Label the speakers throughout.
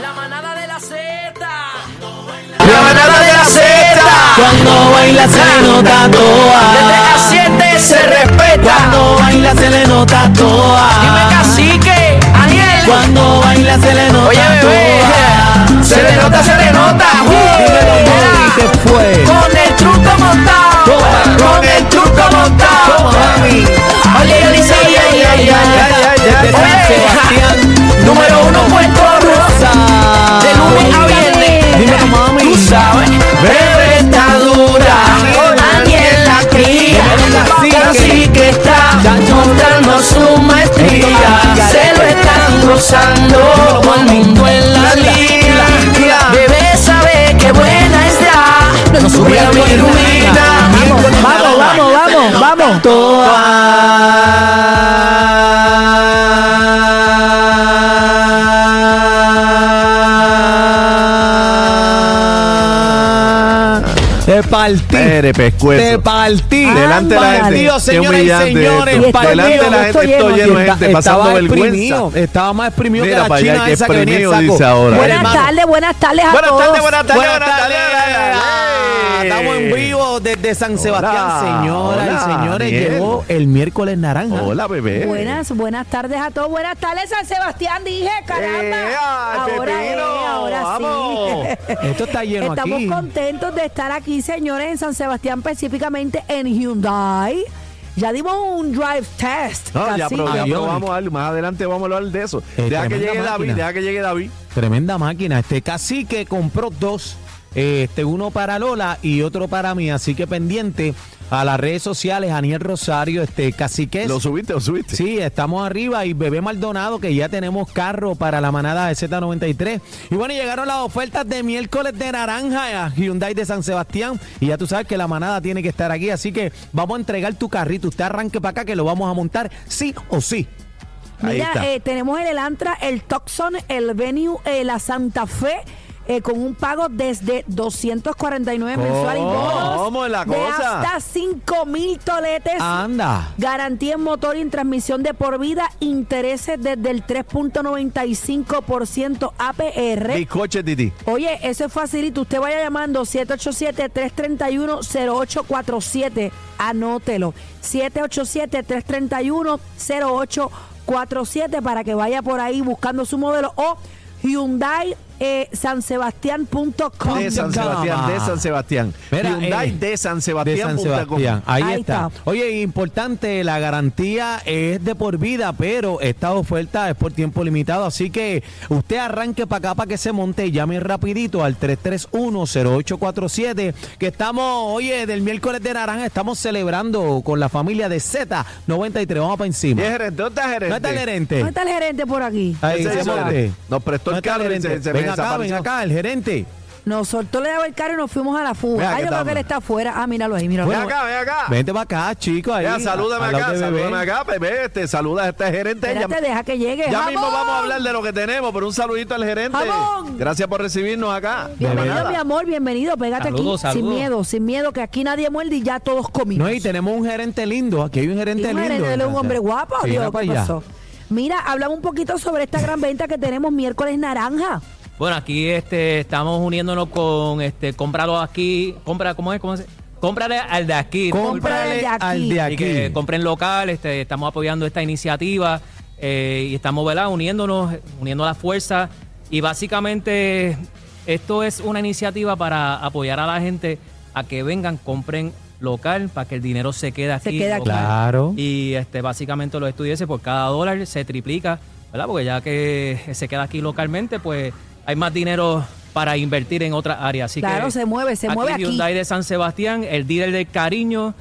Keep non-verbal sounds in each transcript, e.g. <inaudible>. Speaker 1: La manada de la Z.
Speaker 2: La manada de la Z.
Speaker 3: Cuando baila se le nota
Speaker 2: Desde
Speaker 3: toa.
Speaker 2: las 7 se respeta.
Speaker 3: Cuando baila se le nota
Speaker 2: Dime
Speaker 3: toa.
Speaker 2: cacique, Aniel.
Speaker 3: Cuando baila se le nota
Speaker 2: Oye, bebé.
Speaker 3: toa.
Speaker 2: Se le nota, se le nota.
Speaker 3: Dímelo,
Speaker 2: Mira,
Speaker 3: ¿qué fue?
Speaker 2: Con el truco montado.
Speaker 3: Toma.
Speaker 2: Con el truco montado.
Speaker 3: mami.
Speaker 2: Oye, dice, ay, ay, ay, ay, ay, ay, ay.
Speaker 3: Desde San Sebastián,
Speaker 2: número uno, Puerto Rosa. De lunes a viernes.
Speaker 3: Dímelo, mami.
Speaker 2: Tú sabes, bebé está dura, Daniel la cría,
Speaker 3: Dímelo, cacique.
Speaker 2: así que está mostrando su maestría, se lo están gozando todo el mundo en la
Speaker 3: Dímelo,
Speaker 2: liga,
Speaker 3: dímelo.
Speaker 2: bebé sabe que buena está, no sube a mi ruina,
Speaker 3: Vamos, vamos, vamos, vamos. Te partí.
Speaker 4: Pere, pescuezo.
Speaker 3: Te partí.
Speaker 4: Delante de la gente.
Speaker 3: Partido,
Speaker 4: Qué
Speaker 3: señoras y
Speaker 4: humillante
Speaker 3: señores.
Speaker 4: esto.
Speaker 3: partido.
Speaker 4: Delante de la gente, esto lleno de gente,
Speaker 3: Está-
Speaker 4: pasando
Speaker 3: estaba
Speaker 4: vergüenza.
Speaker 3: exprimido, Estaba más exprimido
Speaker 4: Mira
Speaker 3: que la
Speaker 4: para allá,
Speaker 3: china
Speaker 4: que
Speaker 3: esa que venía en
Speaker 4: exprimido,
Speaker 3: saco.
Speaker 4: dice ahora.
Speaker 5: Buenas
Speaker 4: Hermano.
Speaker 5: tardes, buenas tardes a
Speaker 4: Buenas
Speaker 5: todos.
Speaker 4: tardes, buenas tardes,
Speaker 3: Buenas
Speaker 4: buenas tardes.
Speaker 3: tardes. Estamos en vivo desde San Sebastián,
Speaker 4: Hola,
Speaker 3: señoras
Speaker 4: hola,
Speaker 3: y señores.
Speaker 4: Daniel.
Speaker 3: Llegó el miércoles naranja.
Speaker 4: Hola, bebé.
Speaker 5: Eh. Buenas, buenas tardes a todos. Buenas tardes, San Sebastián, dije,
Speaker 4: Eh,
Speaker 5: caramba.
Speaker 4: ¡Ea, el
Speaker 5: ahora
Speaker 4: pepino!
Speaker 5: es, ahora
Speaker 4: ah, ¡Vamos!
Speaker 5: sí.
Speaker 3: Esto está lleno
Speaker 5: Estamos
Speaker 3: aquí.
Speaker 5: contentos de estar aquí, señores, en San Sebastián, específicamente en Hyundai. Ya dimos un drive test.
Speaker 4: No, ya,
Speaker 5: cacique.
Speaker 4: pro- ya
Speaker 3: Aviones.
Speaker 4: probamos algo. Más adelante vamos a hablar de eso.
Speaker 3: Eh,
Speaker 4: deja que
Speaker 3: tremenda
Speaker 4: llegue David,
Speaker 3: máquina.
Speaker 4: deja que llegue David.
Speaker 3: Tremenda máquina. Este cacique compró dos. Este, uno para Lola y otro para mí. Así que pendiente a las redes sociales, Aniel Rosario, este cacique.
Speaker 4: ¿Lo subiste o subiste?
Speaker 3: Sí, estamos arriba y Bebé Maldonado, que ya tenemos carro para la manada de Z93. Y bueno, llegaron las ofertas de miércoles de naranja a Hyundai de San Sebastián. Y ya tú sabes que la manada tiene que estar aquí, así que vamos a entregar tu carrito. Usted arranque para acá que lo vamos a montar sí o sí.
Speaker 4: Ahí
Speaker 5: Mira,
Speaker 4: está.
Speaker 5: eh, tenemos el Elantra, el Tucson, el Venue, eh, la Santa Fe. eh, con un pago desde 249 mensuales y bonos
Speaker 4: ¿Cómo es la
Speaker 5: de
Speaker 4: cosa? Ah,
Speaker 5: hasta 5 mil toletes.
Speaker 3: Anda.
Speaker 5: Garantía en motor y en transmisión de por vida, intereses desde el 3.95% APR.
Speaker 4: Bizcoche, Titi.
Speaker 5: Oye, eso es facilito. Usted vaya llamando 787-331-0847. Anótelo. 787-331-0847 para que vaya por ahí buscando su modelo o Hyundai eh, San Sebastián.com.
Speaker 4: De San Sebastián, de San Sebastián.
Speaker 3: Mira,
Speaker 4: Hyundai
Speaker 3: eh,
Speaker 4: de San
Speaker 3: de
Speaker 4: Sebastián.
Speaker 3: San
Speaker 4: punta com.
Speaker 3: Sebastián. Ahí,
Speaker 5: Ahí
Speaker 3: está.
Speaker 5: está.
Speaker 3: Oye, importante, la garantía es de por vida, pero esta oferta es por tiempo limitado, así que usted arranque para acá para que se monte y llame rapidito al 331-0847, que estamos, oye, del miércoles de naranja, estamos celebrando con la familia de Z93, vamos para
Speaker 4: ¿Y
Speaker 3: encima.
Speaker 4: es gerente? ¿Dónde
Speaker 3: ¿No
Speaker 4: está gerente?
Speaker 3: está el gerente?
Speaker 5: ¿Dónde está el gerente por aquí?
Speaker 3: Ahí,
Speaker 4: Ese
Speaker 3: se
Speaker 4: es el
Speaker 3: monte.
Speaker 4: gerente. Nos prestó el
Speaker 3: ¿Dónde está
Speaker 4: carro y
Speaker 3: gerente?
Speaker 4: se- se me
Speaker 3: Ven acá, ven
Speaker 4: desapareció.
Speaker 3: acá, el gerente.
Speaker 5: Nos soltó le daba el carro y nos fuimos a la
Speaker 4: Ven
Speaker 5: fuga.
Speaker 4: acá,
Speaker 5: Ah, yo creo
Speaker 4: estamos.
Speaker 5: que él está afuera. Ah, míralo ahí, míralo.
Speaker 4: Ven
Speaker 5: ahí.
Speaker 4: acá, ven acá.
Speaker 3: Vente para acá, chicos. Ahí,
Speaker 4: Ah. Ya,
Speaker 3: al
Speaker 4: salúdame
Speaker 3: lado
Speaker 4: acá,
Speaker 3: de bebé.
Speaker 4: salúdame acá, bebé. Te saluda a este gerente.
Speaker 5: Espérate,
Speaker 4: Ya-
Speaker 5: deja que llegue.
Speaker 4: Ya
Speaker 5: ¡Jamón!
Speaker 4: mismo vamos a hablar de lo que tenemos, pero un saludito al gerente.
Speaker 5: ¡Jamón!
Speaker 4: Gracias por recibirnos acá.
Speaker 5: Bienvenido,
Speaker 4: Manada.
Speaker 5: mi amor, bienvenido. Pégate
Speaker 6: Saludos,
Speaker 5: aquí. Sin
Speaker 6: saludos.
Speaker 5: miedo, sin miedo, que aquí nadie muerde y ya todos comimos.
Speaker 3: No, y tenemos un gerente lindo. Aquí hay un gerente
Speaker 5: Y un
Speaker 3: lindo.
Speaker 5: gerente, un hombre guapo.
Speaker 3: Sí,
Speaker 5: Dios,
Speaker 3: mira para
Speaker 5: ¿qué
Speaker 3: allá.
Speaker 5: pasó? Mira, hablamos un poquito sobre esta gran venta que tenemos miércoles naranja.
Speaker 6: Bueno, aquí este, estamos uniéndonos con este, cómpralo aquí, compra, ¿cómo es? ¿Cómo se- Cómprale al de aquí.
Speaker 5: Cómprale
Speaker 3: Cómprale
Speaker 5: de aquí.
Speaker 3: al de
Speaker 6: Así que
Speaker 3: aquí.
Speaker 6: compren local, este, estamos apoyando esta iniciativa eh, y estamos ¿verdad? uniéndonos, uniendo las fuerzas. Y básicamente esto es una iniciativa para apoyar a la gente a que vengan, compren local para que el dinero se quede aquí.
Speaker 5: Se quede aquí.
Speaker 6: local.
Speaker 3: Claro.
Speaker 6: Y este, básicamente los estudiantes por cada dólar se triplica, ¿verdad? Porque ya que se queda aquí localmente, pues hay más dinero para invertir en otras áreas. Así
Speaker 5: Claro,
Speaker 6: que
Speaker 5: se mueve, se mueve aquí.
Speaker 6: Hyundai de San Sebastián, el dealer del cariño,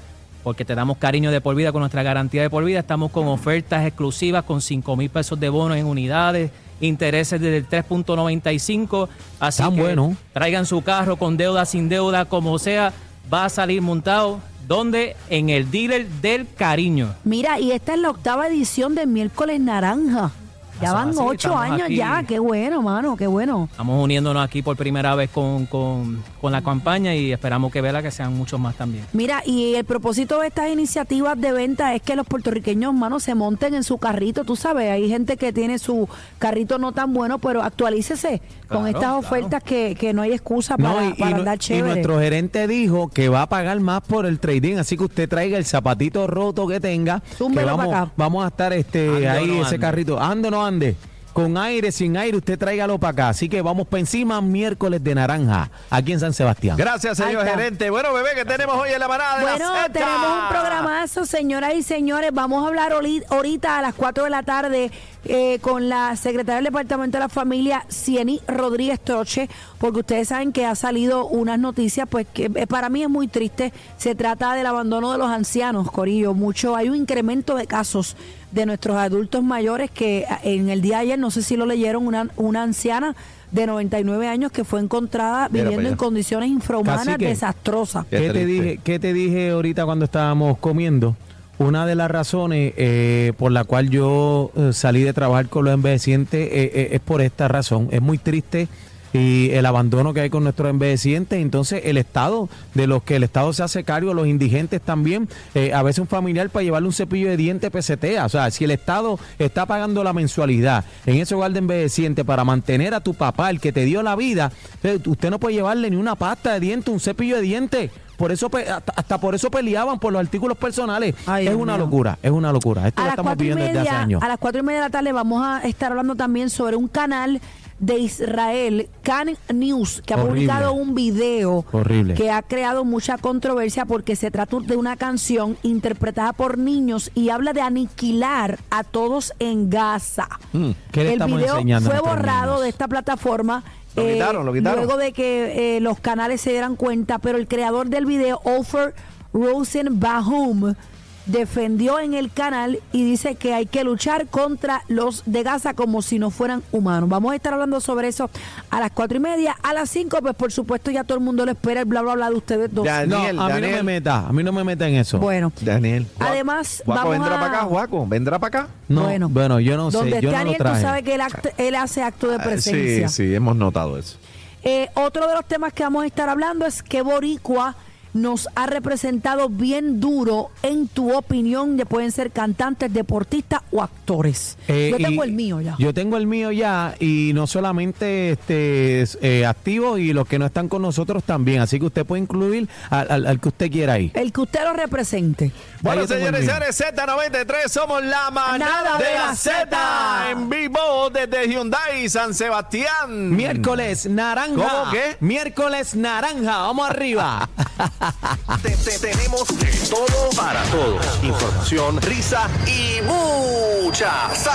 Speaker 6: porque te damos cariño de por vida con nuestra garantía de por vida. Estamos con ofertas exclusivas con 5 mil pesos de bonos en unidades, intereses desde 3.95. Así
Speaker 3: Tan
Speaker 6: que
Speaker 3: bueno.
Speaker 6: traigan su carro con deuda, sin deuda, como sea, va a salir montado. ¿Dónde? En el dealer del cariño.
Speaker 5: Mira, y esta es la octava edición de Miércoles Naranja. Ya
Speaker 6: Eso
Speaker 5: van
Speaker 6: es así,
Speaker 5: ocho
Speaker 6: estamos
Speaker 5: años
Speaker 6: aquí.
Speaker 5: ya. Qué bueno, mano, qué bueno.
Speaker 6: Estamos uniéndonos aquí por primera vez con, con- con la campaña y esperamos que vela que sean muchos más también.
Speaker 5: Mira, y el propósito de estas iniciativas de venta es que los puertorriqueños, mano, se monten en su carrito. Tú sabes, hay gente que tiene su carrito no tan bueno, pero actualícese con
Speaker 6: Claro,
Speaker 5: estas
Speaker 6: claro.
Speaker 5: ofertas que, que no hay excusa para,
Speaker 3: No, y-
Speaker 5: para
Speaker 3: y,
Speaker 5: andar
Speaker 3: nu- y
Speaker 5: chévere.
Speaker 3: nuestro gerente dijo que va a pagar más por el trading, así que usted traiga el zapatito roto que tenga. Que
Speaker 5: Zúmbelo pa'
Speaker 3: vamos,
Speaker 5: acá.
Speaker 3: vamos a estar este
Speaker 6: Ande o
Speaker 3: ahí
Speaker 6: no
Speaker 3: ese
Speaker 6: ande.
Speaker 3: carrito. Ande o no ande. Con aire, sin aire, usted tráigalo para acá. Así que vamos para encima miércoles de naranja, aquí en San Sebastián.
Speaker 4: Gracias, señor
Speaker 5: Ahí está.
Speaker 4: gerente. Bueno, bebé, ¿qué tenemos hoy en la manada de
Speaker 5: Bueno,
Speaker 4: la Z?
Speaker 5: tenemos un programazo, señoras y señores. Vamos a hablar oli- ahorita a las 4 de la tarde eh, con la secretaria del Departamento de la Familia, Cieny Rodríguez Troche, porque ustedes saben que ha salido unas noticias, pues que eh, para mí es muy triste. Se trata del abandono de los ancianos, Corillo. Mucho, hay un incremento de casos de nuestros adultos mayores que a- en el día de ayer, no sé si lo leyeron, una, una anciana de 99 años que fue encontrada
Speaker 4: Mira
Speaker 5: viviendo
Speaker 4: para
Speaker 5: en
Speaker 4: allá.
Speaker 5: condiciones infrahumanas
Speaker 3: Cacique.
Speaker 5: desastrosas.
Speaker 4: Qué
Speaker 3: ¿Qué te,
Speaker 4: triste.
Speaker 3: dije, ¿Qué te dije ahorita cuando estábamos comiendo? Una de las razones eh, por la cual yo eh, salí de trabajar con los envejecientes eh, eh, es por esta razón. Es muy triste y el abandono que hay con nuestros envejecientes. Entonces, el Estado, de los que el Estado se hace cargo, los indigentes también, eh, a veces un familiar para llevarle un cepillo de diente pesetea. O sea, si el Estado está pagando la mensualidad en ese hogar de envejeciente para mantener a tu papá, el que te dio la vida, eh, usted no puede llevarle ni una pasta de diente, un cepillo de diente. Por eso pe- hasta, hasta por eso peleaban por los artículos personales.
Speaker 5: Ay,
Speaker 3: es
Speaker 5: Dios
Speaker 3: una
Speaker 5: mío.
Speaker 3: locura, es una locura. Esto
Speaker 5: a
Speaker 3: lo
Speaker 5: las
Speaker 3: estamos
Speaker 5: cuatro y
Speaker 3: viviendo desde hace
Speaker 5: media,
Speaker 3: años.
Speaker 5: a las cuatro y media de la tarde vamos a estar hablando también sobre un canal de Israel, Can News, que ha
Speaker 3: Horrible.
Speaker 5: publicado un video
Speaker 3: Horrible.
Speaker 5: que ha creado mucha controversia porque se trata de una canción interpretada por niños y habla de aniquilar a todos en Gaza.
Speaker 3: Mm, ¿qué le
Speaker 5: El
Speaker 3: estamos
Speaker 5: video
Speaker 3: enseñando a
Speaker 5: fue
Speaker 3: nuestros
Speaker 5: borrado
Speaker 3: niños?
Speaker 5: de esta plataforma.
Speaker 4: Lo quitaron, lo quitaron.
Speaker 5: Luego de que eh, los canales se dieran cuenta, pero el creador del video, Ofer Rosenbaum, defendió en el canal y dice que hay que luchar contra los de Gaza como si no fueran humanos. Vamos a estar hablando sobre eso a las cuatro y media, a las cinco, pues por supuesto ya todo el mundo lo espera el bla bla bla de ustedes dos.
Speaker 4: Ya. Daniel,
Speaker 3: no, a mí no me
Speaker 4: Daniel.
Speaker 3: meta, a mí no me meta en eso.
Speaker 5: Bueno,
Speaker 4: Daniel. Juaco-
Speaker 5: Además,
Speaker 4: Juaco
Speaker 5: vamos
Speaker 4: vendrá
Speaker 5: a-
Speaker 4: para acá, Juaco. Vendrá para acá.
Speaker 3: No, bueno, yo no
Speaker 5: Donde
Speaker 3: sé, yo
Speaker 5: esté
Speaker 3: no lo
Speaker 5: Aniel,
Speaker 3: traje.
Speaker 5: tú sabes que él, act- él hace acto de
Speaker 4: Ah,
Speaker 5: presencia.
Speaker 4: Sí, sí, hemos notado eso.
Speaker 5: Eh, otro de los temas que vamos a estar hablando es que Boricua nos ha representado bien duro en tu opinión, que pueden ser cantantes, deportistas o actores.
Speaker 3: Eh,
Speaker 5: yo tengo
Speaker 3: y
Speaker 5: el mío ya.
Speaker 3: Yo tengo el mío ya y no solamente este es, eh, activos y los que no están con nosotros también. Así que usted puede incluir al, al- al que usted quiera ahí.
Speaker 5: El que usted lo represente.
Speaker 4: Bueno,
Speaker 3: yo tengo
Speaker 4: señores,
Speaker 3: el
Speaker 4: señores, Z93, somos la manada
Speaker 5: Manada
Speaker 4: de
Speaker 5: de
Speaker 4: la
Speaker 5: la
Speaker 4: Z.
Speaker 5: Zeta.
Speaker 4: En vivo desde Hyundai San Sebastián.
Speaker 3: Miércoles naranja.
Speaker 4: ¿Cómo qué?
Speaker 3: Miércoles naranja. Vamos
Speaker 4: <laughs>
Speaker 3: arriba.
Speaker 1: Te, te- tenemos de todo para todos. Información, risa y mucha sal.